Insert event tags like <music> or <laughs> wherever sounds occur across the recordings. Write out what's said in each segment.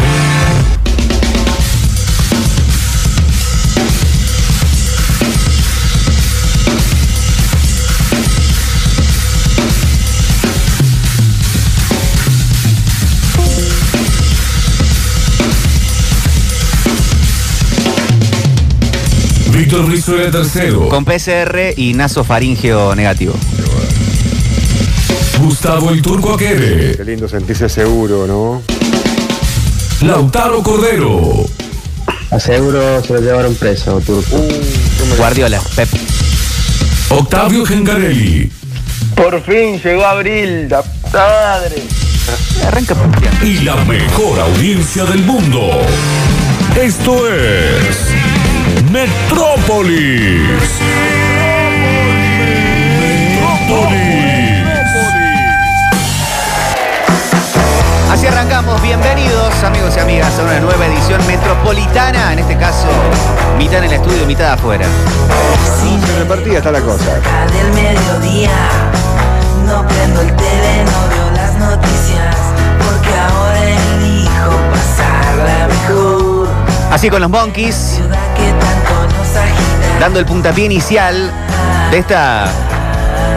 Víctor Rizuela tercero. Con PCR y nasofaringeo negativo. Gustavo el Turco Aquere. Qué lindo sentirse seguro, ¿no? Lautaro Cordero. A seguro se lo llevaron preso, Turco. Guardiola, Pep. Octavio Gengarelli. Por fin llegó abril, la puta madre. Arranca por ti. y la mejor audiencia del mundo. Esto es Metrópolis. Metrópolis. Así arrancamos, bienvenidos amigos y amigas a una nueva edición metropolitana, en este caso mitad en el estudio, mitad afuera. Se repartía está la cosa. del mediodía. No prendo el tele, no veo las noticias, porque ahora elijo pasarla mejor. Así con los Monkeys, Ciudad que tanto nos agita. dando el puntapié inicial de esta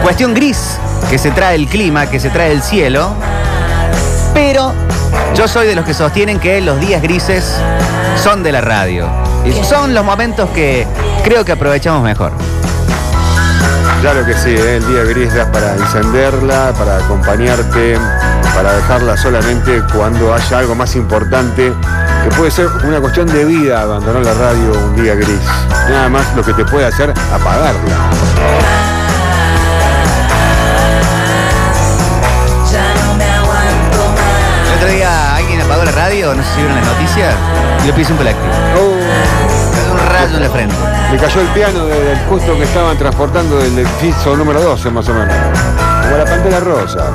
cuestión gris que se trae el clima, que se trae el cielo. Pero yo soy de los que sostienen que los días grises son de la radio. Y son los momentos que creo que aprovechamos mejor. Claro que sí, ¿eh? el día gris da para encenderla, para acompañarte, para dejarla solamente cuando haya algo más importante, que puede ser una cuestión de vida abandonar la radio un día gris. Nada más lo que te puede hacer apagarla. Ya no me aguanto más. El otro día alguien apagó la radio, no sé si vieron las noticias, y lo piso un colectivo. Oh, Un rayo en la frente. me cayó el piano de- del justo que estaban transportando del piso número 12 más o menos. Como la pantera rosa.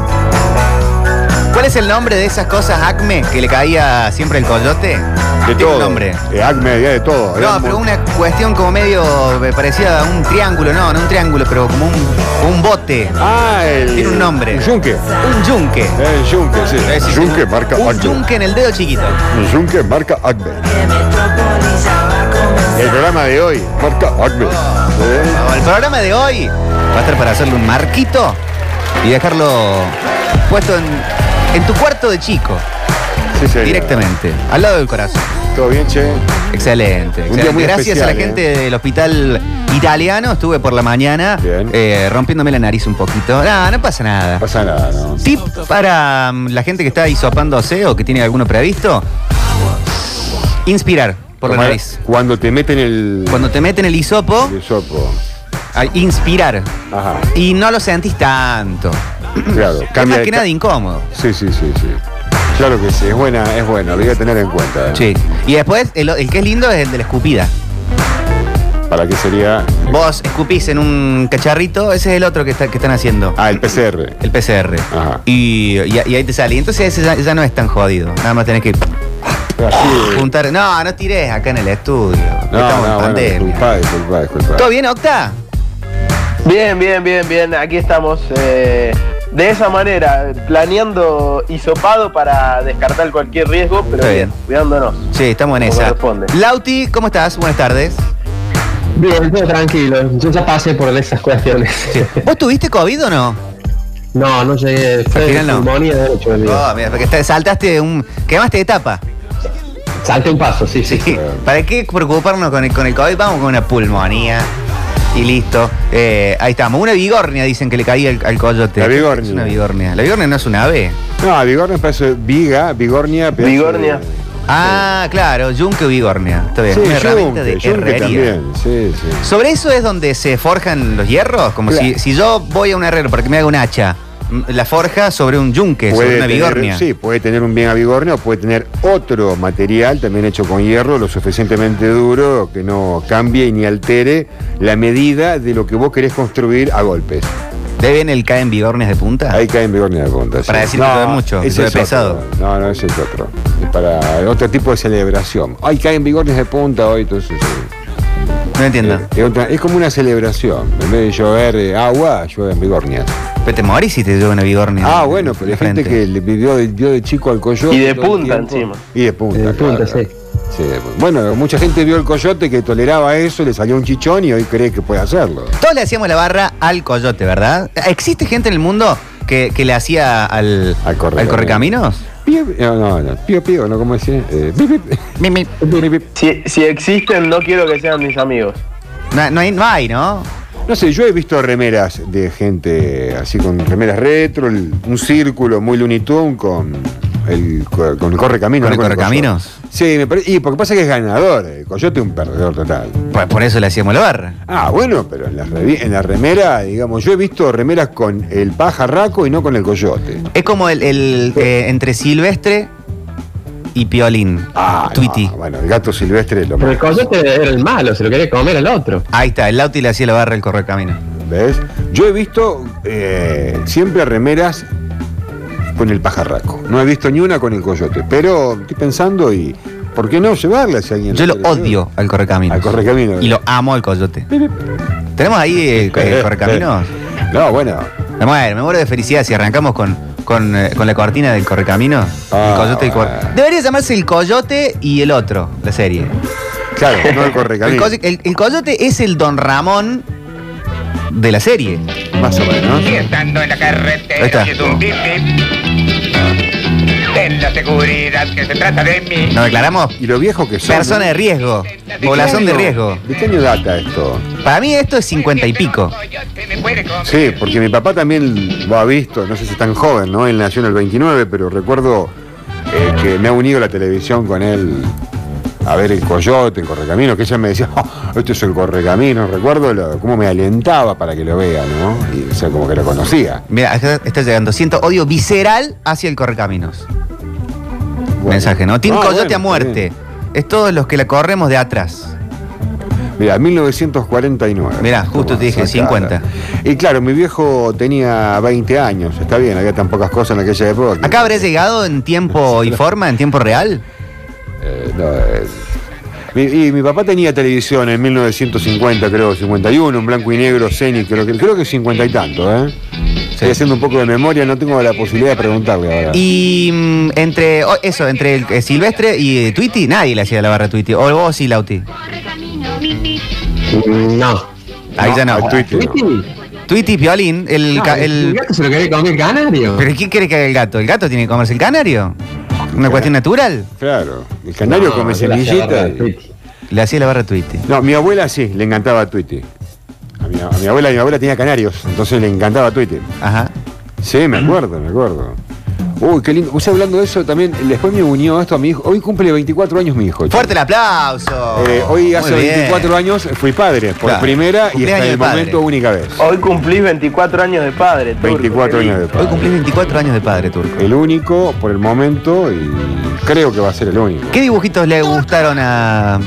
¿Cuál es el nombre de esas cosas Acme que le caía siempre el coyote? De Tiene todo. un nombre. Eh, Acme, de todo. Era No, un pero una cuestión como medio eh, parecida a un triángulo, no, no un triángulo, pero como un, como un bote. Ah, el... Tiene un nombre. Un yunque. Un yunque. El yunque, sí. Es decir, Yunque un- marca Un Acme. yunque en el dedo chiquito. El yunque marca Acme. Que Metrópolis ya va a El comenzar. programa de hoy marca Acme. ¿Eh? El programa de hoy va a estar para hacerle un marquito y dejarlo puesto en, en tu cuarto de chico, Sí, señor. directamente, al lado del corazón. ¿Todo bien, che? Excelente. Un día excelente. muy Gracias a la especial, ¿eh? gente del hospital italiano, estuve por la mañana Bien. eh, rompiéndome la nariz un poquito. No, no pasa nada. No pasa nada, ¿no? Tip para mm, la gente que está hisopándose o que tiene alguno previsto. Inspirar por la Tomar- nariz. Cuando te meten el, Cuando te meten el hisopo, el sopo. a inspirar. Ajá, Y no lo sentís tanto. claro. Es más de- que nada incómodo. Sí, sí, sí, sí. Claro que sí, es buena, es bueno, lo voy a tener en cuenta. ¿eh? Sí. Y después, el, el que es lindo es el de la escupida. ¿Para qué sería? Vos escupís en un cacharrito, ese es el otro que, está- que están haciendo. Ah, el PCR. El PCR. Ajá. Y, y- y ahí te sale. Y entonces ese ya, ya no es tan jodido. Nada más tenés que Así. juntar. No, no tires acá en el estudio. No, Estamos en no, bueno, pandemia. disculpa, disculpa, disculpa. ¿Todo bien, Octa? Bien, bien, bien, bien. Aquí estamos. eh, de esa manera, planeando hisopado para descartar cualquier riesgo, pero Está bien, bien. cuidándonos. Sí, estamos en Como esa. corresponde. Lauti, ¿cómo estás? Buenas tardes. Bien, todo tranquilo. Yo ya pasé por esas cuestiones. ¿Vos tuviste COVID o no? No, no llegué. Al Fue final no. pulmonía de hecho. el día. No, mira, porque te- saltaste un. quemaste etapa. Salté un paso, sí, sí. Sí. ¿Para qué preocuparnos con el, con el COVID? Vamos con una pulmonía. Y listo. Eh, ahí estamos. Una vigornia dicen que le caía al, al coyote. La vigornia. Es una vigornia. La vigornia no es una ave. No, Vigornia parece Viga, Vigornia. pedazo Vigornia. de- Ah, claro, Yunque Vigornia. Está bien. Sí, una herramienta yunque, de yunque herrería. también, sí, sí. Sobre eso es donde se forjan los hierros. Como Claro. si, si yo voy a un herrero para que me haga un hacha, m- la forja sobre un yunque, sobre una tener- vigornia. sí, puede tener un bien a vigornia o puede tener otro material también hecho con hierro, lo suficientemente duro, que no cambie ni altere la medida de lo que vos querés construir a golpes. ¿De viene el caen vigornes de punta? Ahí cae en vigor ni la punta. sí. Ah. Para decir que llueve mucho, que ese llueve es otro. pesado. No, no, ese es otro. Es para otro tipo de celebración. Ahí cae en vigor ni de punta hoy, entonces. sí. No entiendo. Es, Eh, otra- es como una celebración. En vez de llover eh, agua, llueve en vigornias. Pero te morís si te llevan a vigornes. Ah, en- bueno, en pero hay frente. gente que le vivió de, vio de chico al coyote. Y de todo el punta tiempo. encima. Y de punta. Y de punta, sí. Sí, de punta. Bueno, mucha gente vio el coyote que toleraba eso, le salió un chichón y hoy cree que puede hacerlo. Todos le hacíamos la barra al coyote, ¿verdad? ¿Existe gente en el mundo que, que le hacía al, Al correcaminos. correcaminos? Pío, no, no, no, pío, pío, ¿no? ¿Cómo decía? Eh, bip, bip. Mi, mi. Bip, bip. Si, si existen, no quiero que sean mis amigos. No, no hay, no hay, ¿no? No sé, yo he visto remeras de gente así con remeras retro, el- un círculo muy Looney Tunes con el, co- con el correcaminos. ¿Con el ¿no? Con correcaminos? coyote. Sí, me parece. Y porque pasa que es ganador, el coyote es un perdedor total. Por, por eso le hacíamos la barra. Ah, bueno, pero en la, revi- en la remera, digamos, yo he visto remeras con el pajarraco y no con el coyote. Es como el, el, eh, entre silvestre y piolín. Ah, Tweety. no, bueno, el gato silvestre es lo Pero el más. coyote era el malo, se lo quería comer al otro. Ahí está, el Lauti le hacía la barra al correcaminos. ¿Ves? Yo he visto eh, siempre remeras con el pajarraco. No he visto ni una con el coyote. Pero estoy pensando y. ¿Por qué no llevarla si alguien la Yo lo quiere llevar? odio al correcaminos. Al eh. correcaminos. Y lo amo al coyote. ¿Tenemos ahí el, co- el correcaminos? No, bueno. Me muero, me muero de felicidad si arrancamos con, con, eh, con la cortina del correcamino. Ah, el coyote y el cor- bueno. Debería llamarse el coyote y el otro, la serie. Claro, no <laughs> el El, correcamino. coy- el- el coyote es el Don Ramón de la serie. Más o menos. Y estando en la Ahí está. Ah. carretera y es un bip bip. Ten la seguridad que se trata de mí. Nos declaramos Y lo viejo que son. persona de riesgo, población de riesgo. ¿De qué año data esto? Para mí esto es 50 y pico. Coyote me puede comer. Sí, porque mi papá también lo ha visto, no sé si es tan joven, ¿no? Él nació en el 29, pero recuerdo eh, que me ha unido la televisión con él a ver el coyote, el correcamino, que ella me decía, <laughs> "Oh, esto es el correcamino, recuerdo lo- cómo me alentaba para que lo vea, ¿no? Y, o sea, como que lo conocía. Mira, acá está llegando. Siento odio visceral hacia el correcaminos. Bueno. Mensaje, ¿no? Team Ah, Coyote bueno, a muerte. Es todos los que la corremos de atrás. está bien. Mira, 1949. Mirá, justo te dije, Acá, 50. Y claro, mi viejo tenía 20 años, está bien, había tan pocas cosas en aquella época. que- ¿Acá habré llegado en tiempo y forma, en tiempo real? Eh, no, eh, mi- y mi papá tenía televisión en 1950, creo, 51, en blanco y negro, Zenit, creo que creo que 50 y tanto, ¿eh? Estoy haciendo un poco de memoria, no tengo la posibilidad de preguntarle ahora. Y mm, entre oh, eso, entre el, eh, Silvestre y eh, Tweety, nadie le hacía la barra a Tweety. O vos sí, Lauti. Mm, No. Ahí ya no. al Tweety no. ¿Viste? Tweety, Violín, el, No, ca- el el- gato se lo quería comer el canario. ¿Pero quién quiere que haga el gato? ¿El gato tiene que comerse el canario? ¿Una Claro. cuestión natural? Claro, el canario No, come yo la agarré semillita. al y- Tweety. Le hacía la barra a Tweety. No, mi abuela sí, le encantaba Tweety. A mi, a mi abuela, mi abuela tenía canarios, entonces le encantaba Tweety. Ajá. Sí, me acuerdo, me acuerdo. Uy, qué lindo. Usted hablando de eso también, después me unió esto a mi hijo. Hoy cumple 24 años mi hijo. Fuerte el aplauso. Eh, hoy hace Muy bien. 24 años fui padre, por Claro. primera y Cumpleaños hasta de el padre. Oh, momento única vez. Hoy cumplís 24 años de padre. Turco, 24 qué años de lindo. Hoy padre. cumplís 24 años de padre, Turco. El único por el momento y creo que va a ser el único. ¿Qué dibujitos le gustaron a...?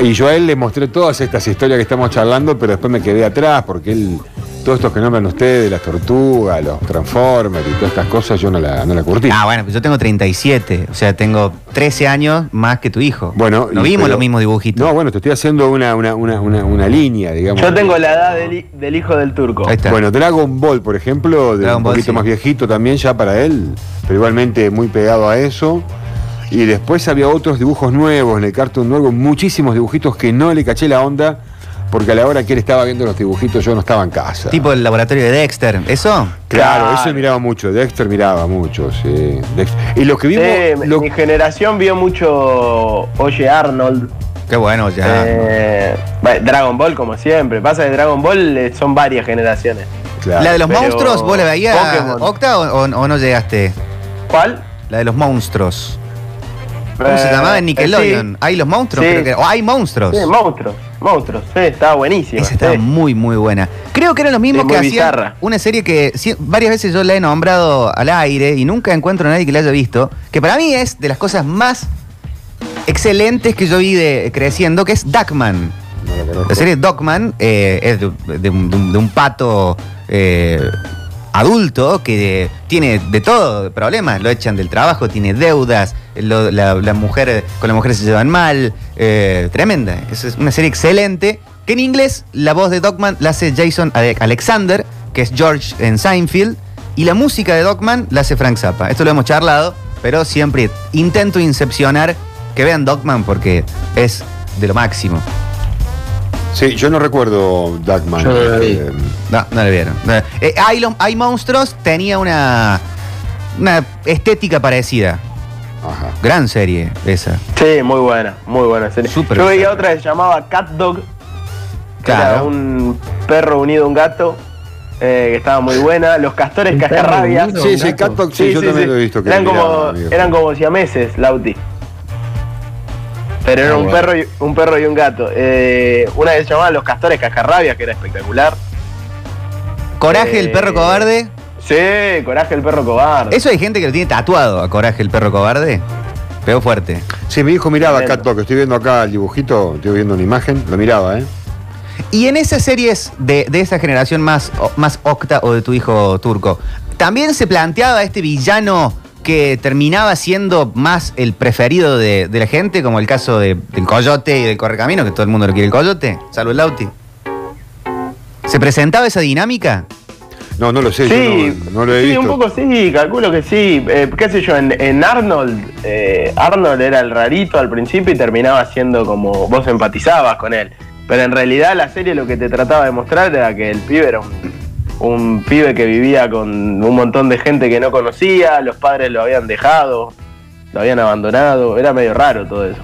Y yo a él le mostré todas estas historias que estamos charlando, pero después me quedé atrás porque él, todos estos que nombran ustedes, las tortugas, los transformers y todas estas cosas, yo no la, no la curtí. Ah, bueno, yo tengo 37. O sea, tengo 13 años más que tu hijo. Bueno, No y- vimos pero- los mismos dibujitos. No, bueno, te estoy haciendo una, una, una, una, una línea, digamos. Yo tengo la edad del, hi- del hijo del turco. Ahí está. Bueno, Dragon Ball, por ejemplo, de Dragon un Ball, poquito sí. más viejito también ya para él, pero igualmente muy pegado a eso. Y después había otros dibujos nuevos en el Cartoon Nuevo, muchísimos dibujitos que no le caché la onda, porque a la hora que él estaba viendo los dibujitos yo no estaba en casa. Tipo el laboratorio de Dexter. ¿Eso? Claro, Claro. eso miraba mucho, Dexter miraba mucho, sí. Dex- Y los que Sí, vimos... mi- lo- Eh, Mi generación vio mucho Oye Arnold. Qué bueno ya. eh, bueno, Dragon Ball, como siempre. Pasa de Dragon Ball eh, son varias generaciones. claro. ¿La de los pero- monstruos vos la veías, Pokémon. Octa, o, o- o no llegaste? ¿Cuál? La de los monstruos. ¿Cómo se Eh, llamaba? En Nickelodeon. sí. ¿Hay los monstruos? Sí. Creo que era. ¿O hay monstruos? Sí, monstruos. Monstruos. Sí, estaba buenísimo. Esa estaba muy, muy buena. Creo que eran los mismos Sí, que muy hacían bizarra. una serie que sí, varias veces yo la he nombrado al aire y nunca encuentro a nadie que la haya visto, que para mí eh, es de las cosas más excelentes que yo vi de, creciendo, que es Duckman. No lo conozco. La serie Dogman eh, es de, de un, de un- de un pato eh, adulto que tiene de todo problemas. Lo echan del trabajo, tiene deudas, lo- la, la mujer, con la mujer se llevan mal. eh, tremenda. Es es una serie excelente. Que en inglés la voz de Dogman la hace Jason Ale- Alexander, que es George en Seinfeld. Y la música de Dogman la hace Frank Zappa. Esto lo hemos charlado, pero siempre intento incepcionar que vean Dogman porque es de lo máximo. Sí, yo no recuerdo Duckman. Yo no lo vi. Eh, No, no le vieron. No. Eh, Hay lo- Hay Monstruos tenía una, una estética parecida. ajá. Gran serie esa. Sí, muy buena, muy buena serie. Súper Yo veía bizarra. otra que se llamaba Cat Dog, que era Claro. un perro unido a un gato, eh, que estaba muy buena. Los castores Un perro cascarrabias. unido. Sí, sí, gato. Catbox, sí, yo también lo he visto. que Eran, lo miraba, como, amigo. eran como siameses, Lauti. Pero era Ah, un, bueno. perro y, un perro y un gato. Eh, una que se llamaba Los Castores Cascarrabias, que era espectacular. Coraje, eh, el perro cobarde. Sí, Coraje el perro cobarde. Eso hay gente que lo tiene tatuado a Coraje, el perro cobarde. Veo fuerte. Sí, mi hijo miraba Tremendo. Catbox. Estoy viendo acá el dibujito, estoy viendo una imagen. Lo miraba, ¿eh? Y en esas series de, de esa generación más, o- más octa o de tu hijo turco, también se planteaba este villano que terminaba siendo más el preferido de, de la gente, como el caso de- del coyote y del correcamino, que todo el mundo lo quiere el coyote, salvo el lauti. ¿Se presentaba esa dinámica? No, no lo sé, Sí, yo no, no lo he sí, visto. un poco sí, calculo que sí. Eh, qué sé yo, en, en Arnold, eh, Arnold era el rarito al principio y terminaba siendo como vos empatizabas con él. Pero en realidad la serie lo que te trataba de mostrar era que el pibe era un, un pibe que vivía con un montón de gente que no conocía, los padres lo habían dejado, lo habían abandonado, era medio raro todo eso.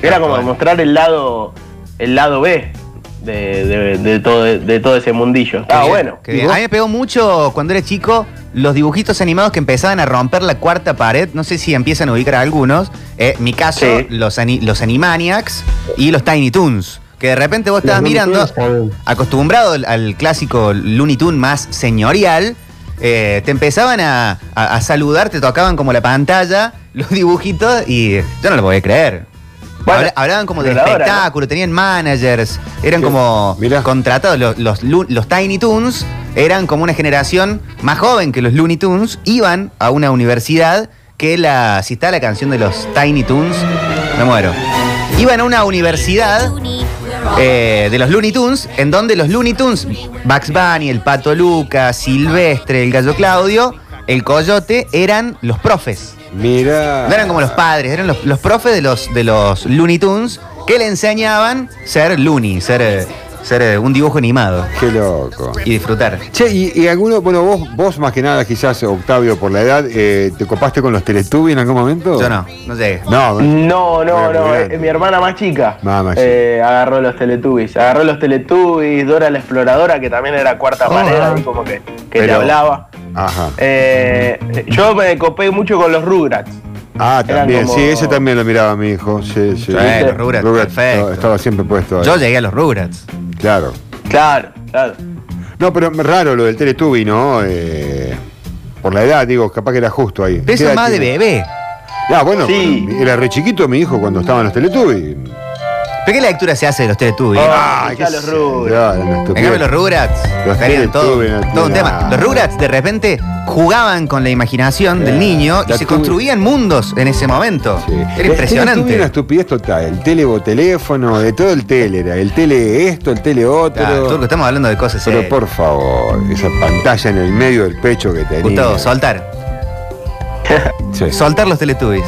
Era como mostrar el lado, el lado B de, de- de todo, de todo ese mundillo. Estaba Ah, Qué bien, bueno. qué bien. A mí me pegó mucho cuando era chico los dibujitos animados que empezaban a romper la cuarta pared. No sé si empiezan a ubicar a algunos. Eh, mi caso, Sí. los, ani- los Animaniacs y los Tiny Toons. Que de repente vos estabas Los Looney mirando, Tunes también. acostumbrado al, al clásico Looney Tunes más señorial, eh, te empezaban a, a- a saludar, te tocaban como la pantalla los dibujitos y yo no lo podía creer. Bueno, Habla- hablaban como de pero ahora, ¿no? espectáculo, tenían managers, eran Sí, como mirá. contratados. Los, los, Lu- los Tiny Toons eran como una generación más joven que los Looney Tunes. Iban a una universidad que la. Si está la canción de los Tiny Toons, me muero. Iban a una universidad eh, de los Looney Tunes, en donde los Looney Tunes, Bugs Bunny, el Pato Lucas, Silvestre, el Gallo Claudio, el Coyote, eran los profes. Mirá. No eran como los padres, eran los, los profes de los, de los Looney Tunes que le enseñaban ser Looney, ser, eh, ser eh, un dibujo animado Qué loco. y disfrutar. Che, y, y alguno, bueno, vos, vos más que nada, quizás Octavio, por la edad, eh, ¿te copaste con los Teletubbies en algún momento? Yo no, no llegué. No, ¿eh? No, no, Era muy no. grande. eh, mi hermana más chica Ah, más chica. eh, agarró los Teletubbies. Agarró los Teletubbies, Dora la Exploradora, que también era cuarta pared, ahí como que, que te Ah. Pero- hablaba. Ajá. Eh, yo me copé mucho con los Rugrats. Ah, Eran también, como- sí, ese también lo miraba mi hijo. Sí, sí. Bueno, Rugrats, perfecto. no, Estaba siempre puesto ahí. Yo llegué a los Rugrats. Claro. Claro, claro. No, pero raro lo del Teletubby, ¿no? Eh, por la edad, digo, capaz que era justo ahí. Pero eso ¿Qué es edad más de tiene? bebé. Ah, bueno, Sí. era re chiquito mi hijo cuando estaban los Teletubbies. ¿Pero qué lectura se hace de los Teletubbies? Ah, Ay, ya qué los sé, Rugrats. ya, eran En cambio, estupideces. los Rugrats Los tenían todo, Teletubbies, no todo un tiene tema. nada. Los Rugrats de repente jugaban con la imaginación del Claro, niño y la se tuve. construían mundos en ese momento. Sí. Era Teletubby Era una impresionante. estupidez total. El tele teléfono, de todo el tele era. El tele esto, el tele otro. Ah, Turco, estamos hablando de cosas Pero serias. por favor, esa pantalla en el medio del pecho que tenía. Gustavo, soltar. Sí. Soltar los Teletubbies.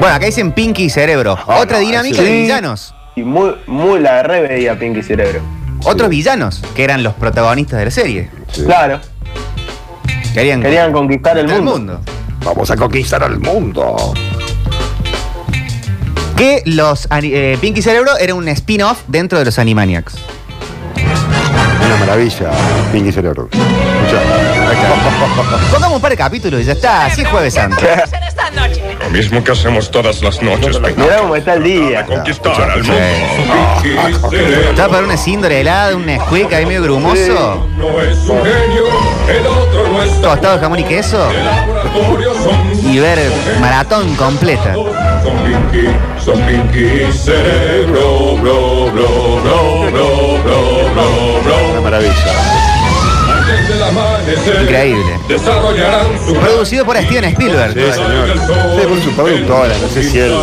Bueno, acá dicen Pinky y Cerebro. Ah, Otra no, dinámica sí. de villanos. Y muy, muy la agarré veía Pinky Cerebro. Otros villanos, que eran los protagonistas de la serie. Sí. Claro. Querían, Querían conquistar el mundo. Vamos a conquistar al mundo. Que los ani- eh, Pinky y Cerebro era un spin-off dentro de los Animaniacs. Una maravilla, Pinky Cerebro. Escuchá. Pongamos un par de capítulos y ya está. Así es jueves santo. Revolución está esta noche. Lo mismo que hacemos todas las noches. Mirá cómo está el día. Conquistar al Ah, mundo. Estaba para una síndrome helada, un Nesquik ahí medio grumoso. No es ah. un genio, el otro no es Tostado de jamón y queso. El laboratorio son Ah. Y ver maratón completa. Son Pinky, son Pinky, cerebro, bro, bro, bro, bro, bro, bro, Una bro. maravilla. Antes del amanecer, Increíble. Desarrollarán su Producido por Steven Spielberg. Sí, señor. Sí, por su productora, no sé si él.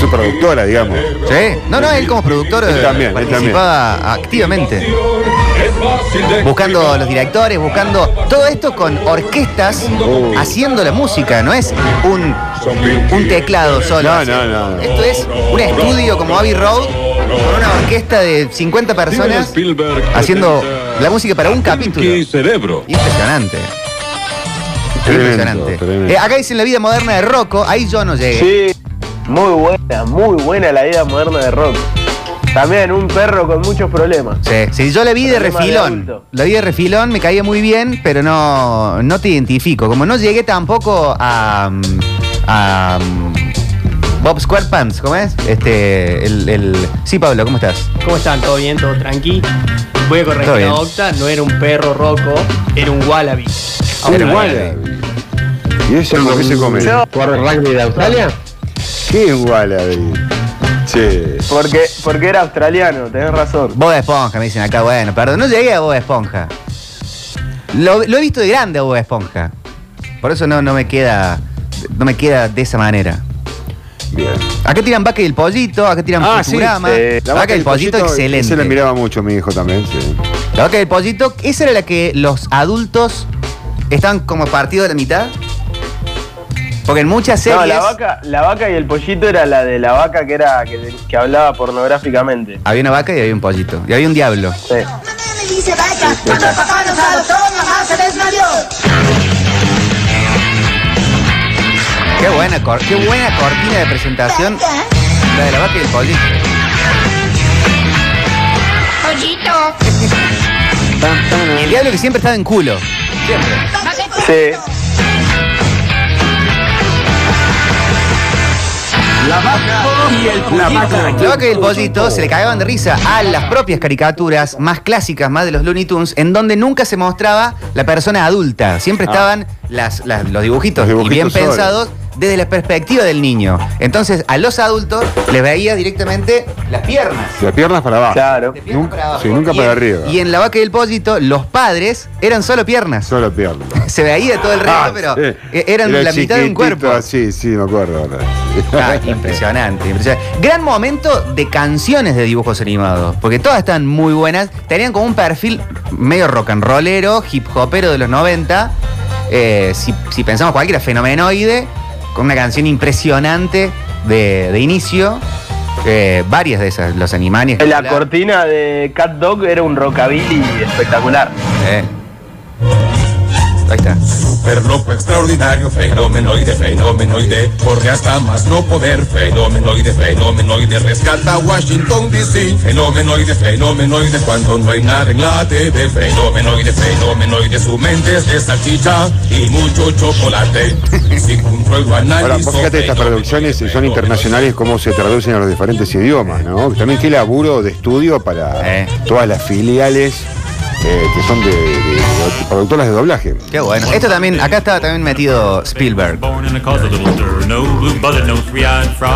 Su productora, digamos. ¿Sí? No, no, él como productor eh, Él también, él participaba activamente. Es fácil de Buscando los directores, buscando todo esto con orquestas Oh. haciendo la música, no es un, un teclado solo. No, así. no, no, no. Esto es un estudio como Abbey Road con una orquesta de 50 personas haciendo la música para un capítulo. Pinky cerebro. Impresionante. Tremendo, Impresionante. tremendo. Eh, acá dicen la vida moderna de Rocco, ahí yo no llegué. Sí, muy buena, muy buena la vida moderna de rock. También un perro con muchos problemas. Sí, sí, yo la vi de Problema de refilón. adulto. la vi de refilón, me caía muy bien, pero no, no te identifico. Como no llegué tampoco a. mm, a mm, Bob Squarepants, ¿cómo es? Este. El, el- Sí, Pablo, ¿cómo estás? ¿Cómo están? ¿Todo bien? ¿Todo tranqui? Voy a Todo corregir bien. la octa, no era un perro roco, era un wallaby. Era Qué bueno. wallaby. ¿Y eso es lo que se come? Yo, ¿Por el rugby de Australia? ¿Qué es Wallaby? Che. porque, porque era australiano, tenés razón. Bob Esponja, me dicen acá, bueno, perdón, no llegué a Bob Esponja. Lo, lo he visto de grande a Bob Esponja. Por eso no, no me queda. No me queda de esa manera. Bien. Acá tiran vaca y el pollito, acá tiran Futurama. sí. Ah, la vaca y el pollito, excelente. Se la miraba mucho mi hijo también, sí. La vaca del pollito, esa era la que los adultos están como partidos de la mitad. Porque en muchas series. No, la vaca, la vaca y el pollito era la de la vaca que era que, que hablaba pornográficamente. Había una vaca y había un pollito. Y había un diablo. Sí. Qué buena, cor- qué buena cortina de presentación. La de la vaca y el pollito. Y el diablo que siempre estaba en culo. Siempre. Sí. La vaca y el pollito se le cagaban de risa a las propias caricaturas más clásicas, más de los Looney Tunes, en donde nunca se mostraba la persona adulta. Siempre estaban las- las- los, dibujitos, Ah. Los dibujitos y bien solos. pensados desde la perspectiva del niño. Entonces, a los adultos les veía directamente las piernas. De las piernas para Ah. abajo. Claro. De piernas Nunca- para abajo. sí, nunca Y para en- arriba. Y en la vaca y el pollito, los padres eran solo piernas. Solo piernas. Se veía todo el resto, pero Ah, sí. eh, eran Era la mitad de un chiquitito, ah, cuerpo. Sí, sí, me acuerdo. ahora. Ah, impresionante, impresionante. Gran momento de canciones de dibujos animados, porque todas están muy buenas. Tenían como un perfil medio rock and rollero, hip hopero de los 90. Eh, si, si pensamos cualquiera, fenomenoide, con una canción impresionante de, de inicio. Eh, varias de esas, los animales. La cortina de Cat Dog era un rockabilly espectacular. Eh. Ahí está. Super loco, extraordinario, fenomenoide, fenomenoide, porque hasta más no poder, fenomenoide, fenomenoide, rescata Washington DC, fenomenoide, fenomenoide, cuando no hay nada en la TV, fenomenoide, fenomenoide, su mente es de salchicha y mucho <laughs> chocolate. Sin control lo <laughs> analizo, Ahora, vos fíjate estas fenomenoide, producciones son fenomenoide. internacionales, cómo se traducen a los diferentes idiomas, ¿no? También qué laburo de estudio para Eh. todas las filiales eh, que son de, de- de productoras de doblaje. Qué bueno. Esto también, acá estaba también metido Spielberg.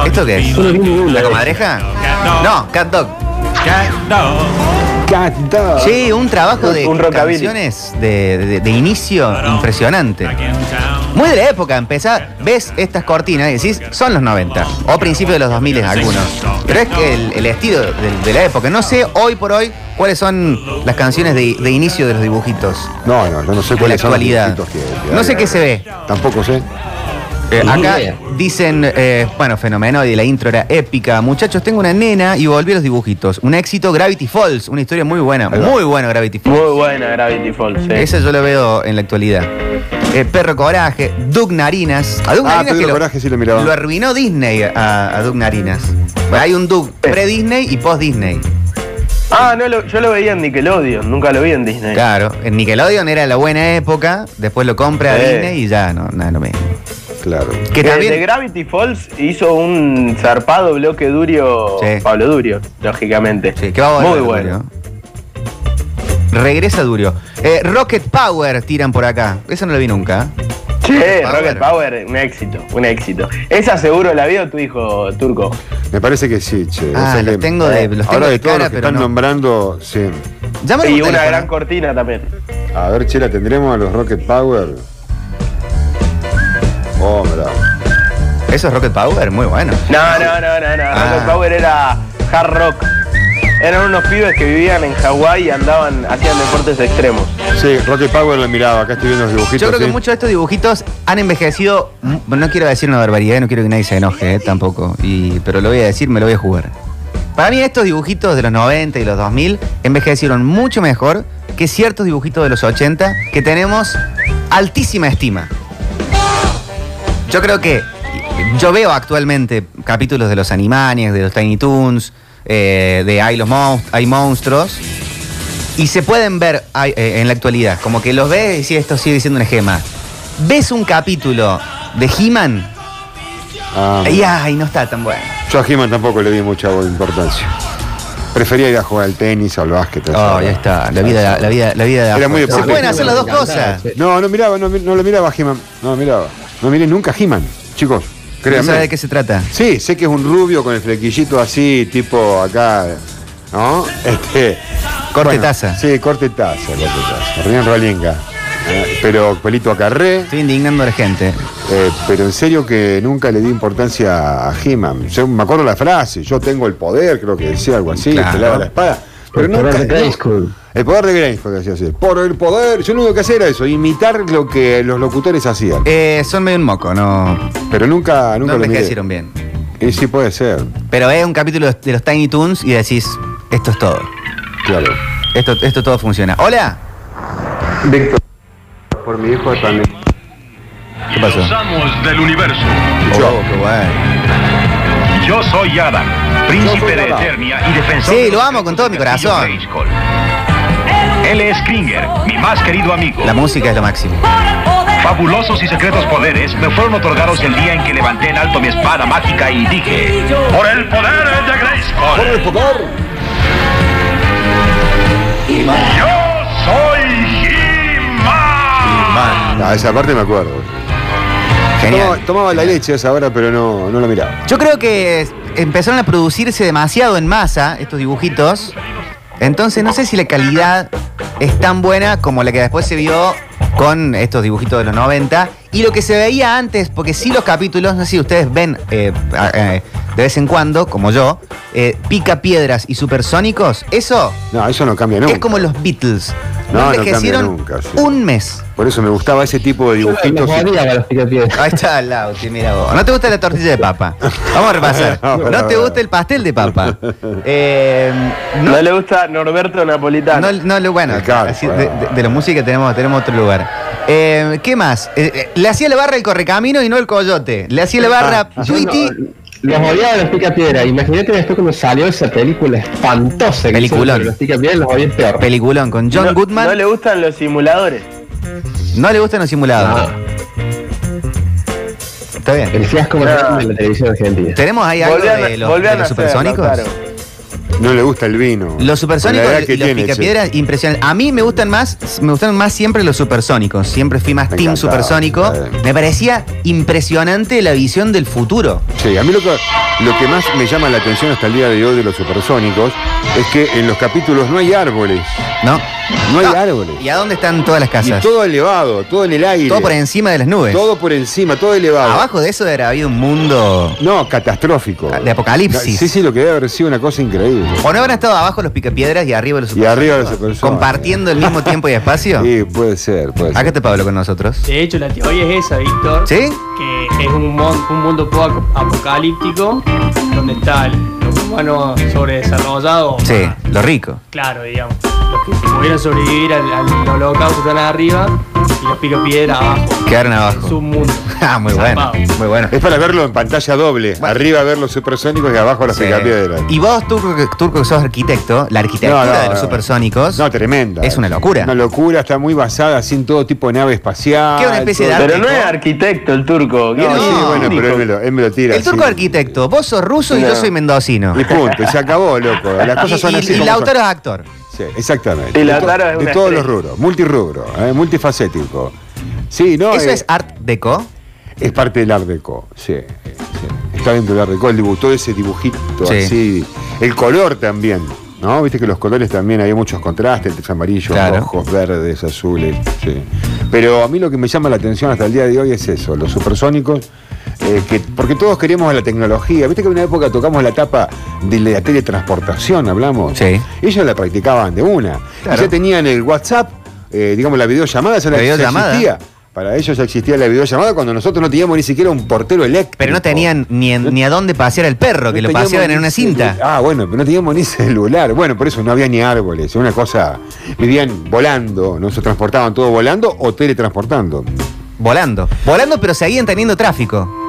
¿Esto qué es? ¿La comadreja? No, Cat Dog. Canta. Sí, un trabajo de Un rockabilly. canciones de, de- de inicio impresionante. Muy de la época, empezás, ves estas cortinas y decís, son los 90 o principios de los 2000 algunos. Pero es que el, el estilo de, de la época, no sé hoy por hoy cuáles son las canciones de, de inicio de los dibujitos. No, no, yo no sé De la cuáles son los actualidad. dibujitos que- que No hay. sé qué se ve. Tampoco sé. Eh, Ni acá idea. dicen, eh, bueno, fenómeno y la intro era épica. Muchachos, tengo una nena y volví a los dibujitos. Un éxito, Gravity Falls, una historia muy buena, Ahí va. muy buena Gravity Falls. Muy buena Gravity Falls. sí. Esa yo la veo en la actualidad. Eh, Perro Coraje, Doug Narinas. A Doug Ah, Narinas Pedro que lo, Coraje sí lo miraba. lo arruinó Disney a, a Doug Narinas. Bueno, hay un Doug pre-Disney y post-Disney. Ah, no, lo- yo lo veía en Nickelodeon, nunca lo vi en Disney. Claro, en Nickelodeon era la buena época, después lo compra Sí. Disney y ya, no, nada, lo mismo. Claro. Que Que también. Eh, de Gravity Falls hizo un zarpado bloque Durio, Sí. Pablo Durio, lógicamente. Sí, que va a volver Muy Durio. bueno. Regresa Durio. Eh, Rocket Power tiran por acá. Eso no lo vi nunca. ¿eh? Che, Power. Rocket Power, un éxito, un éxito. Esa seguro la vio tu hijo turco. Me parece que sí, che. Ah, Eso es los que- tengo de- los tengo Ahora de de todos cara, los que pero están no. nombrando, sí. Llámalo Y por una teléfono. gran cortina también. A ver, che, la tendremos a los Rocket Power. Oh, mirá. Eso es Rocket Power, muy bueno. No, no, no, no, no. Ah. Rocket Power era hard rock. Eran unos pibes que vivían en Hawái y andaban, hacían deportes extremos. Sí, Rocket Power lo miraba, acá estoy viendo los dibujitos. Yo creo que sí. muchos de estos dibujitos han envejecido. mm, No quiero decir una barbaridad, no quiero que nadie se enoje eh, tampoco. Y, pero lo voy a decir, me lo voy a jugar. Para mí, estos dibujitos de los 90 y los 2000 envejecieron mucho mejor que ciertos dibujitos de los 80 que tenemos altísima estima. Yo creo que. Yo veo actualmente capítulos de los Animaniacs, de los Tiny Toons, eh, de Hay, los Monst- Hay Monstruos. Y se pueden ver ay, eh, en la actualidad. Como que los ves y decís, esto sigue siendo una gema. Ves un capítulo de He-Man Ah, y ay, no está tan bueno. yo a He-Man tampoco le di mucha importancia. Prefería ir a jugar al tenis o al básquet. o sea, Oh, ya está. La vida, la vida, la vida de Era afuera. Se muy deportista. pueden hacer las dos cosas. No, no miraba, no, mi- no lo miraba a He-Man. No lo miraba. No miré nunca a He-Man, chicos. No Créanme. sabes de qué se trata. Sí, sé que es un rubio con el flequillito así, tipo acá, ¿no? Este, Corte taza. Sí, corte taza, corte taza. Hernán Rolinga. Eh, Pero pelito acarré, Estoy indignando a la gente. eh, pero en serio que nunca le di importancia a He-Man. Yo me acuerdo la frase, yo tengo el poder, creo que decía algo así, Claro. pelaba la espada. Pero El nunca, poder de no. Grayskull. El poder de Grayskull, decía así. Por el poder, yo lo único que hacía era eso, imitar lo que los locutores hacían. Eh, son medio un moco, no, no Pero nunca, nunca lo miré. envejecieron bien. Y sí puede ser, Pero ves un capítulo de los Tiny Toons y decís, esto es todo. claro. Esto, esto todo funciona. Hola. Víctor, por mi hijo también. ¿Qué pasó? amos del universo. Oh, qué bueno. Yo soy Adam, Yo soy príncipe de Adam. Eternia y defensor. Sí, de los lo amo con todo mi castillo corazón. Grayskull. Él es Kringer, mi más querido amigo. La música es lo máximo. Fabulosos y secretos poderes me fueron otorgados el día en que levanté en alto mi espada mágica y dije: ¡Por el poder de Grayskull! el poder! ¡Yo soy He-Man! Ah, esa parte me acuerdo. Tomaba, Genial. tomaba la leche a esa hora, pero no, no la miraba. Yo creo que empezaron a producirse demasiado en masa estos dibujitos. Entonces no sé si la calidad es tan buena como la que después se vio con estos dibujitos de los 90. Y lo que se veía antes, porque sí los capítulos, no sé si ustedes ven eh, a- eh, de vez en cuando, como yo, eh, pica piedras y supersónicos, eso No, eso no cambia nunca. es como los Beatles. No, no cambia envejecieron nunca, sí. un mes. Por eso me gustaba ese tipo Me de dibujitos. jodía los picapiedras. Ahí está Lauti, mira vos. ¿No te gusta la tortilla de papa? Vamos a repasar. <laughs> ¿No te gusta el pastel de papa? Eh, No, no, le gusta Norberto Napolitano. no, no, lo- bueno, Claro, así de, de- de la música tenemos, tenemos otro lugar. Eh, ¿Qué más? Eh, eh, le hacía la barra el correcamino y no el coyote. Le hacía la <laughs> barra Tweety. Los odiaba los picapiedras. Imagínate después cuando salió esa película espantosa. que Peliculón. hicieron sobre Los picapiedras los odié peor. Peliculón con John No- Goodman. No le gustan los simuladores. gustan los simulados. Ah, Está bien. el fiasco más No. grande de la televisión argentina. ¿Tenemos ahí algo Volvé a- de los, volvé a de los nacer, supersónicos? Lautaro. No le gusta el vino. Los supersónicos Con la edad y que los tiene, che. picapiedras impresionantes. A mí me gustan más, me gustaron más siempre los supersónicos. Siempre fui más Me team encantaba, supersónico. eh. Me parecía impresionante la visión del futuro. Sí, a mí lo que, lo que más me llama la atención hasta el día de hoy de los supersónicos es que en los capítulos no hay árboles. ¿No? No hay Ah, árboles. ¿Y a dónde están todas las Y casas? todo elevado, todo en el aire. Todo por encima de las nubes. Todo por encima, todo elevado. Abajo de eso era habido un mundo. No, catastrófico. De apocalipsis. Sí, sí, lo que debe haber sido una cosa increíble. ¿O no habrán estado abajo los picapiedras y arriba los Y supersónicos? arriba los supersónicos. ¿Compartiendo el mismo tiempo y espacio? Sí, puede ser, puede Acá ser. está Pablo con nosotros. De hecho, la teoría es esa, Víctor. ¿Sí? Que es un, mon- un mundo poco apocalíptico, donde está el, los humanos sobredesarrollados. Sí, lo rico. Claro, digamos. Los que pudieron sobrevivir al, al holocausto están arriba y los pica piedra abajo. Quedaron abajo. Es un mundo. <laughs> Ah, muy bueno. Zarpado. Muy bueno. Es para verlo en pantalla doble. Arriba ver los supersónicos y abajo la Sí. picapiedra. Y vos, turco, que- turco que sos arquitecto, la arquitectura No, no, de los no. supersónicos No, tremenda. es una locura. Una locura, está muy basada, sin todo tipo de nave espacial. Que una especie de todo- Pero no es arquitecto el turco. No, ¿quién es? sí, bueno, Único. pero él me lo, él me lo tira. El turco sí. arquitecto, vos sos ruso y No. yo soy mendocino. Y punto, y se acabó, loco. Las cosas son Y- y- así. y como son. Lautaro es actor. Sí, exactamente. De Y Lautaro to- es De una todos estrella. los rubros, multirrubro, eh, multifacético. Sí, no, Eso eh, es art deco. es parte del Art Deco, sí. eh, sí. Está dentro del Art Deco, el dibujo, todo ese dibujito Sí. así. El color también, ¿no? Viste que los colores también hay muchos contrastes entre amarillos, Claro. rojos, verdes, azules, sí. Pero a mí lo que me llama la atención hasta el día de hoy es eso, los supersónicos. eh, que, porque todos queríamos la tecnología. Viste que en una época tocamos la etapa de la teletransportación, hablamos. Sí. Ellos la practicaban de una. Claro. Y ya tenían el WhatsApp, eh, digamos, la videollamada, ya La la videollamada. existía. Para ellos ya existía la videollamada cuando nosotros no teníamos ni siquiera un portero eléctrico. Pero no tenían ni, ni a dónde pasear el perro, que lo No teníamos paseaban en ni una celu- cinta. Ah, bueno, pero no teníamos ni <laughs> celular. Bueno, por eso no había ni árboles. Una cosa, vivían volando, no se transportaban todo volando o teletransportando. Volando. Volando, pero seguían teniendo tráfico.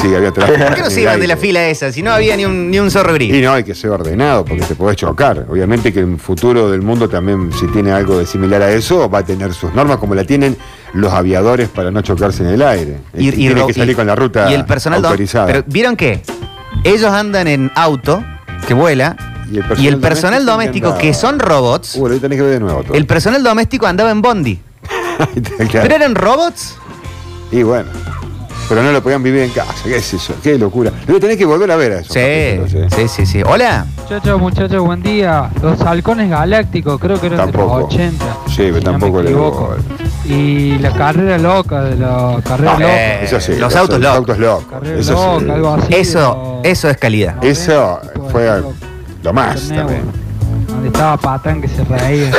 Sí, había tráfico. ¿Por qué no en se el iban de la aire. fila esa si no había ni un, ni un zorro Ah, Y gris? no, hay que ser ordenado porque te podés chocar. Obviamente que el futuro del mundo también, si tiene algo de similar a eso, va a tener sus normas como la tienen los aviadores para no chocarse en el aire. Y- y tiene ro- que salir y- con la ruta y el personal no- autorizada. Pero ¿vieron qué? Ellos andan en auto que vuela Y el y personal el personal doméstico doméstico que anda- son robots, Uh, lo tenés que ver de nuevo. todo. el personal doméstico andaba en bondi. <laughs> Claro. ¿Pero eran robots? Y bueno. Pero no lo podían vivir en casa, qué es eso, qué locura. Lo tenés que volver a ver a ¿eh? eso. Sí, sí, sí, sí. Hola. Muchachos, muchachos, buen día. Los halcones galácticos, creo que eran de Tampoco. los 80. Sí, si pero no me tampoco le equivoco. Y la carrera loca, de la carrera loca. Eh, Eso sí. los autos Los locos. autos locos. Carrera Eso loca, sí. algo así. Eso, de los- eso es calidad. Eso Tipo de fue loco. lo más Torneo, también. Donde estaba Patán que se <laughs> reía.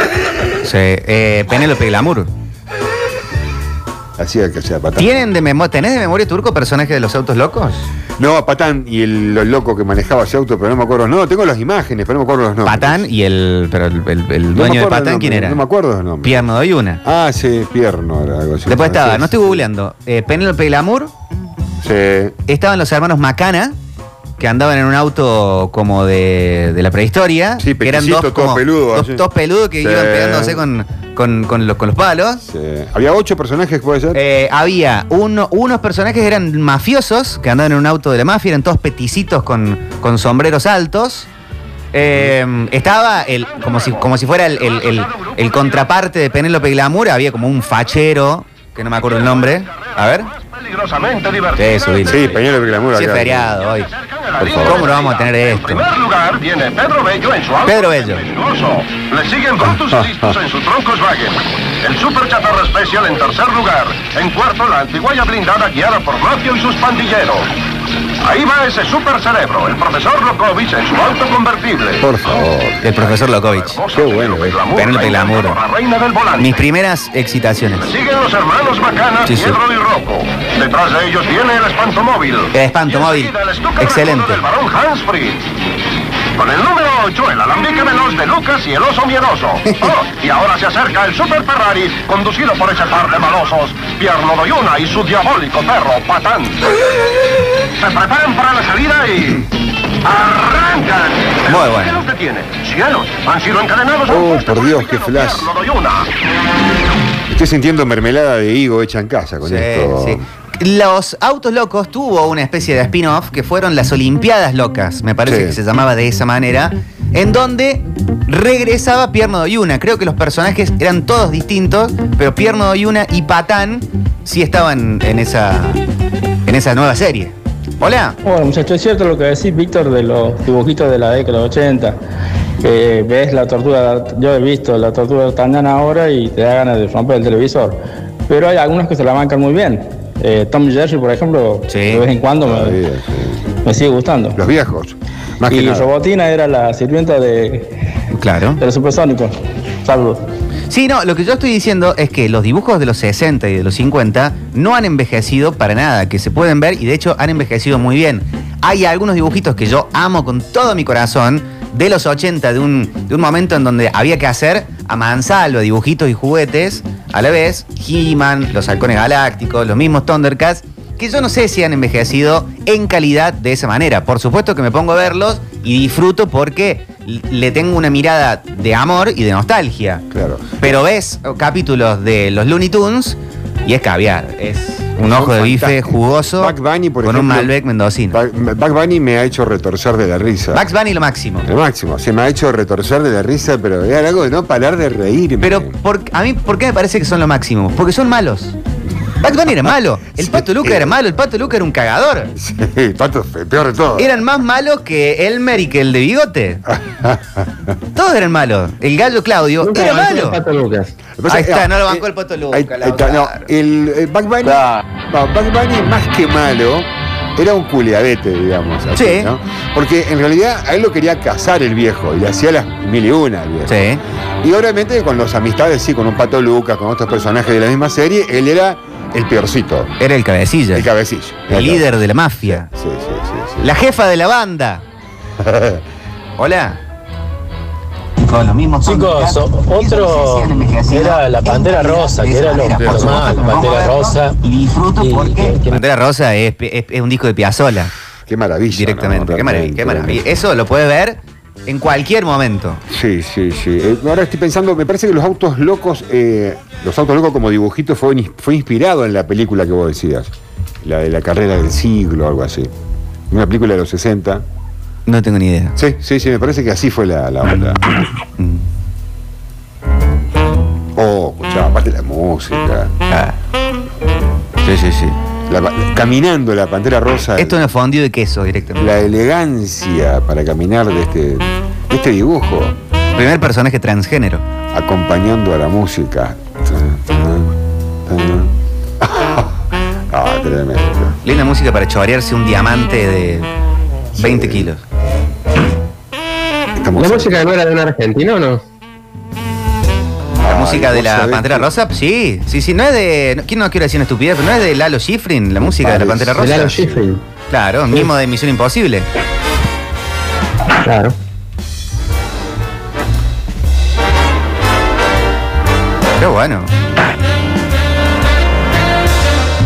Sí, eh, Penélope Glamour. Así es que sea patán. ¿Tienen de memoria, ¿Tenés de memoria turco personaje de los autos locos? No, Patán y el lo loco que manejaba ese auto, pero no me acuerdo. No, tengo las imágenes, pero no me acuerdo los nombres. Patán y el. Pero el, el- el No me dueño de acuerdo Patán, el nombre, ¿quién era? No me acuerdo los nombres. Pierno doy una. Ah, sí, Pierno era algo así. Ah, Después estaba, Sí, no estoy googleando. Eh, Penélope Glamour, Sí. estaban los hermanos Macana, que andaban en un auto como de, de la prehistoria. Sí, que eran pequeñito, dos, todo como- peludo, Dos, así. dos peludos que Sí. iban pegándose con, con- con los, con los palos. sí. Había ocho personajes, puede ser. Eh, había uno, unos personajes que eran mafiosos, que andaban en un auto de la mafia, eran todos peticitos con, con sombreros altos. Eh, estaba el, como, si, como si fuera el, el- el- el contraparte de Penélope Glamour, había como un fachero, que no me acuerdo el nombre. A ver. Peligrosamente Sí, subilo. Sí, Peñuelo Glamour. Sí, es acá. feriado hoy. Por favor. ¿Cómo no vamos a tener esto? En primer lugar viene Pedro Bello en su auto. Pedro Bello. peligroso. Le siguen Brutus y Listus en su troncos Wagen. El Super Chatarra Special en tercer lugar. En cuarto, la antiguaya blindada guiada por Mafio y sus pandilleros. Ahí va ese super cerebro, el profesor Lokovic en su auto convertible. Por favor. El profesor Lokovich. Hermosa qué bueno, Penélope eh. Penélope Glamour, reinando Glamour. por La reina del volante. Mis primeras excitaciones. Siguen los hermanos Bacana, Sí, sí. Piedro y Rocco. Detrás de ellos viene el espantomóvil. El espantomóvil. Y enseguida les toca el Excelente. recuerdo del varón Hansfritz. Con el número 8, el alambique veloz de Lucas y el <laughs> oso miedoso. Oh, y ahora se acerca el Super Ferrari, conducido por ese par de malosos, Pierno Doyuna y su diabólico perro, Patán. Se preparan para la salida y... ¡Arrancan! Muy Pero bueno. ¿Qué es lo que tiene? ¡Cielos! Han sido encadenados a un Oh, poste por el Dios, qué villano flash. Pierno Doyuna. Estoy sintiendo mermelada de higo hecha en casa con Sí, esto. sí. Los Autos Locos tuvo una especie de spin-off que fueron las Olimpiadas Locas, me parece Sí. que se llamaba de esa manera, en donde regresaba Pierno Doyuna. Creo que los personajes eran todos distintos, pero Pierno Doyuna y Patán sí estaban en esa, en esa nueva serie. Hola. Bueno, muchachos, es cierto lo que decís, Víctor, de los dibujitos de la década de 80. Eh, ves la tortuga, yo he visto la tortuga de D'Artagnan ahora y te da ganas de romper el televisor. Pero hay algunos que se la bancan muy bien. Eh, Tom y Jerry, por ejemplo, Sí. de vez en cuando me, Todavía, sí. me sigue gustando. Los viejos. Más que Y nada. Robotina era la sirvienta de, Claro. de los supersónicos. Saludos. Sí, no, lo que yo estoy diciendo es que los dibujos de los 60 y de los 50 no han envejecido para nada, que se pueden ver y de hecho han envejecido muy bien. Hay algunos dibujitos que yo amo con todo mi corazón, de los 80, de un, de un momento en donde había que hacer a mansalva dibujitos y juguetes, a la vez He-Man, los halcones galácticos, los mismos Thundercats, que yo no sé si han envejecido en calidad de esa manera. Por supuesto que me pongo a verlos y disfruto porque le tengo una mirada de amor y de nostalgia. Claro. Pero ves capítulos de los Looney Tunes y es caviar, es un Son ojo de bife fantásticos. jugoso Bugs Bunny, por con un ejemplo, Malbec mendocino. Ba- Bugs Bunny me ha hecho retorcer de la risa. Bugs Bunny lo máximo. Lo máximo. Se me ha hecho retorcer de la risa, pero era algo de no parar de reírme. Pero por- a mí, ¿por qué me parece que son lo máximo? Porque son malos. Bugs Bunny era malo. El Pato Luca Eh. era malo. El Pato Luca era un cagador. <laughs> Sí, pato, fe- peor de todo. Eran más malos que Elmer y que el de <laughs> bigote. Todos eran malos. El gallo Claudio Nunca era me gustó malo. el Pato Lucas. Ahí está, no lo bancó el Pato Luca. eh, ah, Ahí- ahí está, no, el, eh, Bugs Bunny, no, Bugs Bunny más que malo, era un culiadete, digamos. así, Sí. ¿no? Porque en realidad a él lo quería casar el viejo y le hacía las mil y una el viejo. Sí. Y obviamente con los amistades, sí, con un Pato Lucas, con otros personajes de la misma serie, él era el peorcito. Era el cabecilla. El cabecillo. El líder de la mafia. Sí, sí, sí. La jefa de <laughs> la banda. Hola. Con los mismos Chicos, so- otro era la Pantera Rosa, que era lo, lo más, Pantera Rosa. Disfruto porque. Pantera Rosa es, es- es un disco de Piazzola. Qué maravilla. Directamente. ¿no? qué maravilla. qué eh. maravilla. Eso lo puedes ver en cualquier momento. Sí, sí, sí. Eh, ahora estoy pensando, me parece que los autos locos, eh, los autos locos como dibujito fue, in- fue inspirado en la película que vos decías, la de la carrera del siglo, algo así. Una película de los 60. No tengo ni idea. Sí, sí, sí, me parece que así fue la, la onda. Mm. Oh, escuchaba, aparte la música. Ah. Sí, sí, sí. La pa- caminando la pantera rosa, Esto es un fondido de queso directamente. la elegancia para caminar de este, de este dibujo, Primer personaje transgénero. acompañando a la música. <laughs> Ah, tremendo. Linda música para chorearse un diamante de 20 kilos. ¿La música no era de un argentino o no? La Ay, música de vos la sabés Pantera que- Rosa, sí, sí, sí, no es de. no- ¿Quién no quiero decir una estupidez? Pero no es de Lalo Schifrin, la música de la Pantera Rosa. De Lalo Schifrin. Claro, mismo de Misión Imposible. Claro. Pero bueno.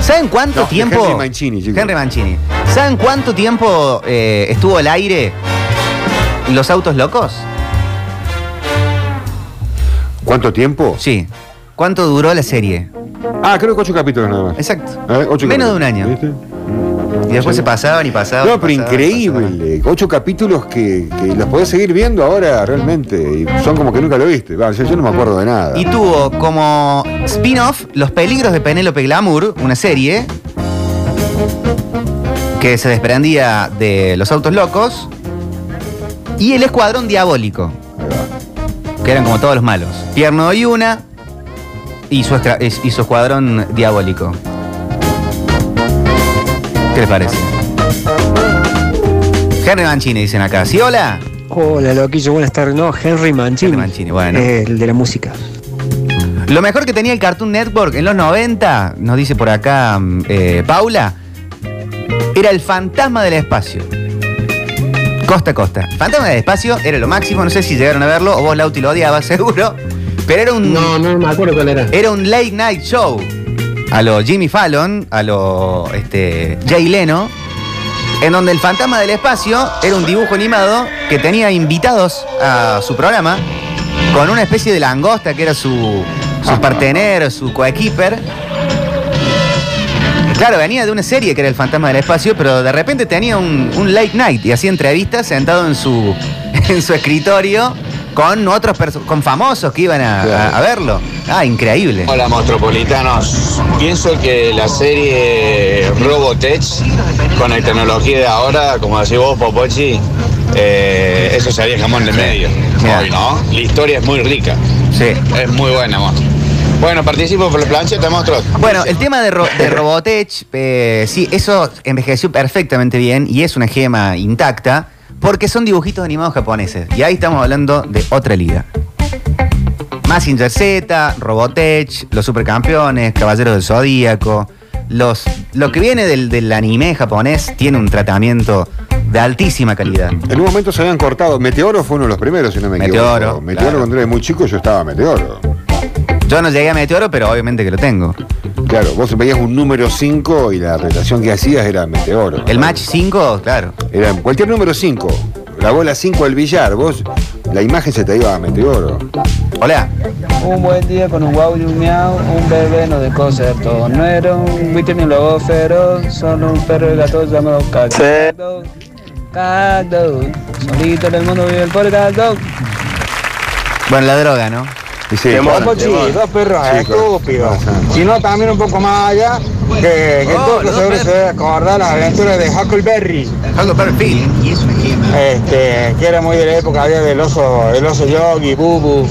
¿Saben cuánto No, de tiempo. Henry Mancini, chicos. Henry Mancini. ¿Saben cuánto tiempo eh, estuvo al aire los autos locos? ¿Cuánto tiempo? Sí. ¿Cuánto duró la serie? Ah, creo que ocho capítulos nada más. Exacto. Eh, ocho Menos de un año. capítulos. ¿Viste? Y después se pasaban y pasaban. y No, pero pasaban, increíble. Ocho capítulos que, que los podés seguir viendo ahora realmente. Y son como que nunca lo viste. Va, yo, yo no me acuerdo de nada. Y tuvo como spin-off Los peligros de Penélope Glamour, una serie que se desprendía de Los Autos Locos y El Escuadrón Diabólico, que eran como todos los malos. Tierno y una y su, escra- es- y su Escuadrón Diabólico. ¿Qué les parece? Henry Mancini dicen acá. ¿Sí, hola? Hola, loquillo, buenas tardes. No, Henry Mancini. Mancini, bueno. Eh, El de la música. Lo mejor que tenía el Cartoon Network en los 90, nos dice por acá mm, eh, Paula, era el fantasma del espacio. Costa a costa. Fantasma del espacio era lo máximo, no sé si llegaron a verlo, o vos Lauti lo odiabas <laughs> seguro, pero era un... No, no me acuerdo cuál era. Era un late night show. A lo Jimmy Fallon, a lo este, Jay Leno, en donde el fantasma del espacio era un dibujo animado que tenía invitados a su programa con una especie de langosta que era su, su partener, su coequiper. Claro, venía de una serie que era el fantasma del espacio, pero de repente tenía un, un late night y hacía entrevistas sentado en su, <laughs> en su escritorio con otros perso- con famosos que iban a, a- a verlo. Ah, increíble. Hola Metropolitanos, pienso que la serie Robotech con la tecnología de ahora, como decís vos Popochi, eh, eso sería jamón de medio. Hoy no, la historia es muy rica. Sí. Es muy buena, monstruo. Bueno, participo por la plancheta, monstruos. Bueno, el tema de, Ro- de Robotech, eh, sí, eso envejeció perfectamente bien y es una gema intacta porque son dibujitos animados japoneses. Y ahí estamos hablando de otra liga. Massinger Z, Robotech, Los Supercampeones, Caballeros del Zodíaco. Los, lo que viene del, del anime japonés tiene un tratamiento de altísima calidad. En un momento se habían cortado. Meteoro fue uno de los primeros, si no me Meteoro, equivoco. Meteoro, claro. cuando era muy chico, yo estaba Meteoro. Yo no llegué a Meteoro, pero obviamente que lo tengo. Claro, vos veías un número 5 y la relación que hacías era Meteoro. El match 5, claro. Era cualquier número 5. La bola 5 al billar, vos, la imagen se te iba a Meteoro. Hola. Un buen día con un guau y un miau, un bebé no de concierto. No era un buitre ni un lobo feroz, solo un perro y gato llamado Cagdo. Cagdo. Solito en el mundo vive el pobre Cagdo. Bueno, la droga, ¿no? Sí, Pochi, dos perros estúpidos. Sino también un poco más allá, que, que Oh, todos los los seguro se debe acordar las aventuras de Huckleberry. Huckleberry Este, que era muy de la época había del oso, el oso yogi, bubu.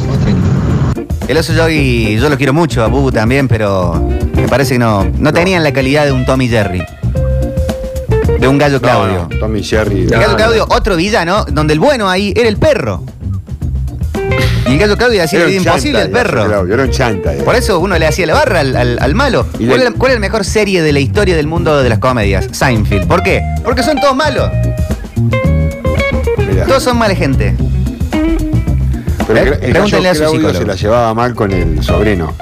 El oso Yogi, yo lo quiero mucho, a Bubu también, pero me parece que no, no tenían la calidad de un Tommy Jerry. De un gallo Claudio. Tommy Jerry. El gallo Claudio, otro villano, donde el bueno ahí era el perro. Y el gallo Claudio le hacía la Era vida un imposible al chanta, el perro. Claudio, Era un chanta. eh. Por eso uno le hacía la barra al, al- al malo. Y ¿Cuál le- es, la, cuál es la mejor serie de la historia del mundo de las comedias? Seinfeld. ¿Por qué? Porque son todos malos. Mirá. Todos son mala gente. Pero el, el gallo Pregúntenle a su Claudio se psicólogo. la llevaba mal con el sobrino.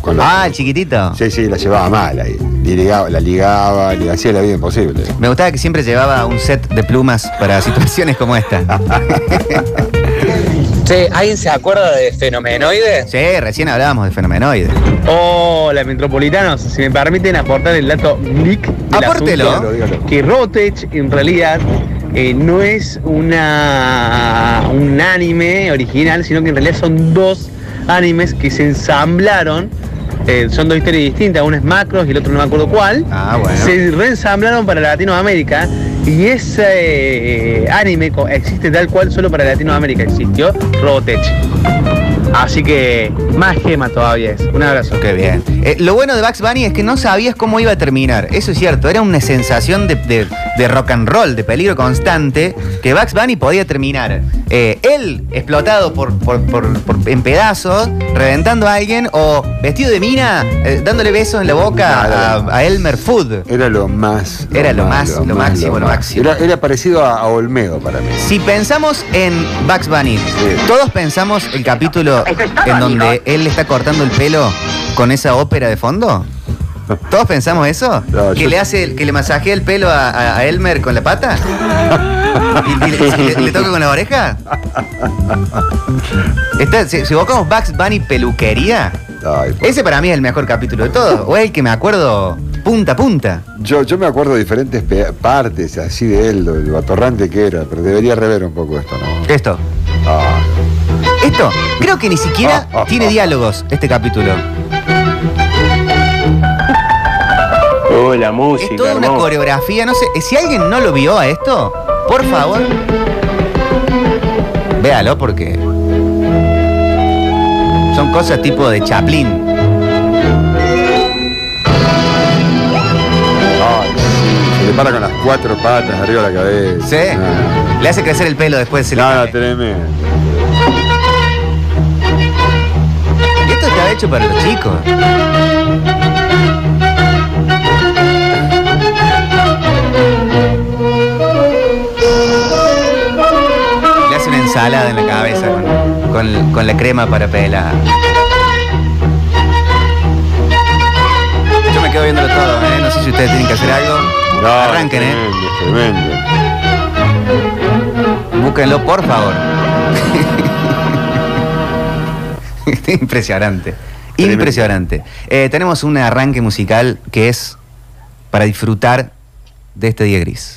Con la- Ah, el chiquitito. Sí, sí, la llevaba mal ahí. Y ligaba- la ligaba, le hacía la vida imposible. Me gustaba que siempre llevaba un set de plumas para situaciones como esta. <laughs> Che, ¿alguien se acuerda de Fenomenoide? Sí, recién hablábamos de fenomenoide. Hola, metropolitanos. Si me permiten aportar el dato Nick. Apórtelo. Que Rotech en realidad eh, no es una Ah, un anime original, sino que en realidad son dos animes que se ensamblaron. eh, son dos historias distintas, uno es Macros y el otro no me acuerdo cuál. Ah, bueno. Se reensamblaron para Latinoamérica y ese eh, anime co- existe tal cual solo para Latinoamérica. Existió Rotech. Así que más gema todavía es. Un abrazo. Qué bien. Eh, lo bueno de Bugs Bunny es que no sabías cómo iba a terminar. Eso es cierto. Era una sensación de, de- de rock and roll, de peligro constante, que Bugs Bunny podía terminar. eh, él explotado por, por- por- por- en pedazos, reventando a alguien, o vestido de mina, eh, dándole besos en la boca a, a Elmer Food. Era lo más. Era lo más, lo máximo, lo más. máximo. Era, era parecido a, a Olmedo para mí. Si pensamos en Bugs Bunny, todos pensamos el capítulo en donde él le está cortando el pelo con esa ópera de fondo. ¿Todos pensamos eso? No, que yo- le hace, que le masajea el pelo a, a- a Elmer con la pata y, y le, y le- le toca con la oreja. Está- si, si buscamos Bugs Bunny peluquería, Ay, pues, ese para mí es el mejor capítulo de todo. O es el que me acuerdo punta a punta. Yo, yo me acuerdo de diferentes pe- partes así de él, lo, lo atorrante que era, pero debería rever un poco esto, ¿no? Esto. Ah, Esto, creo que ni siquiera Oh, tiene diálogos este capítulo. Uh, la música. Es toda una hermoso. coreografía, no sé. Si alguien no lo vio a esto, por favor. Véalo porque. Son cosas tipo de Chaplin. ay, sí, se le para con las cuatro patas arriba de la cabeza. Ah. Sí. Le hace crecer el pelo después. Se Nada, tremendo. Y esto está hecho para los chicos. Le hace una ensalada en la cabeza con, con- con la crema para pelar. Yo me quedo viéndolo todo, ¿eh? No sé si ustedes tienen que hacer algo. Arranquen, ¿eh? Tremendo. Búsquenlo, por favor. <laughs> Impresionante. Impresionante. Eh, tenemos un arranque musical que es para disfrutar de este día gris.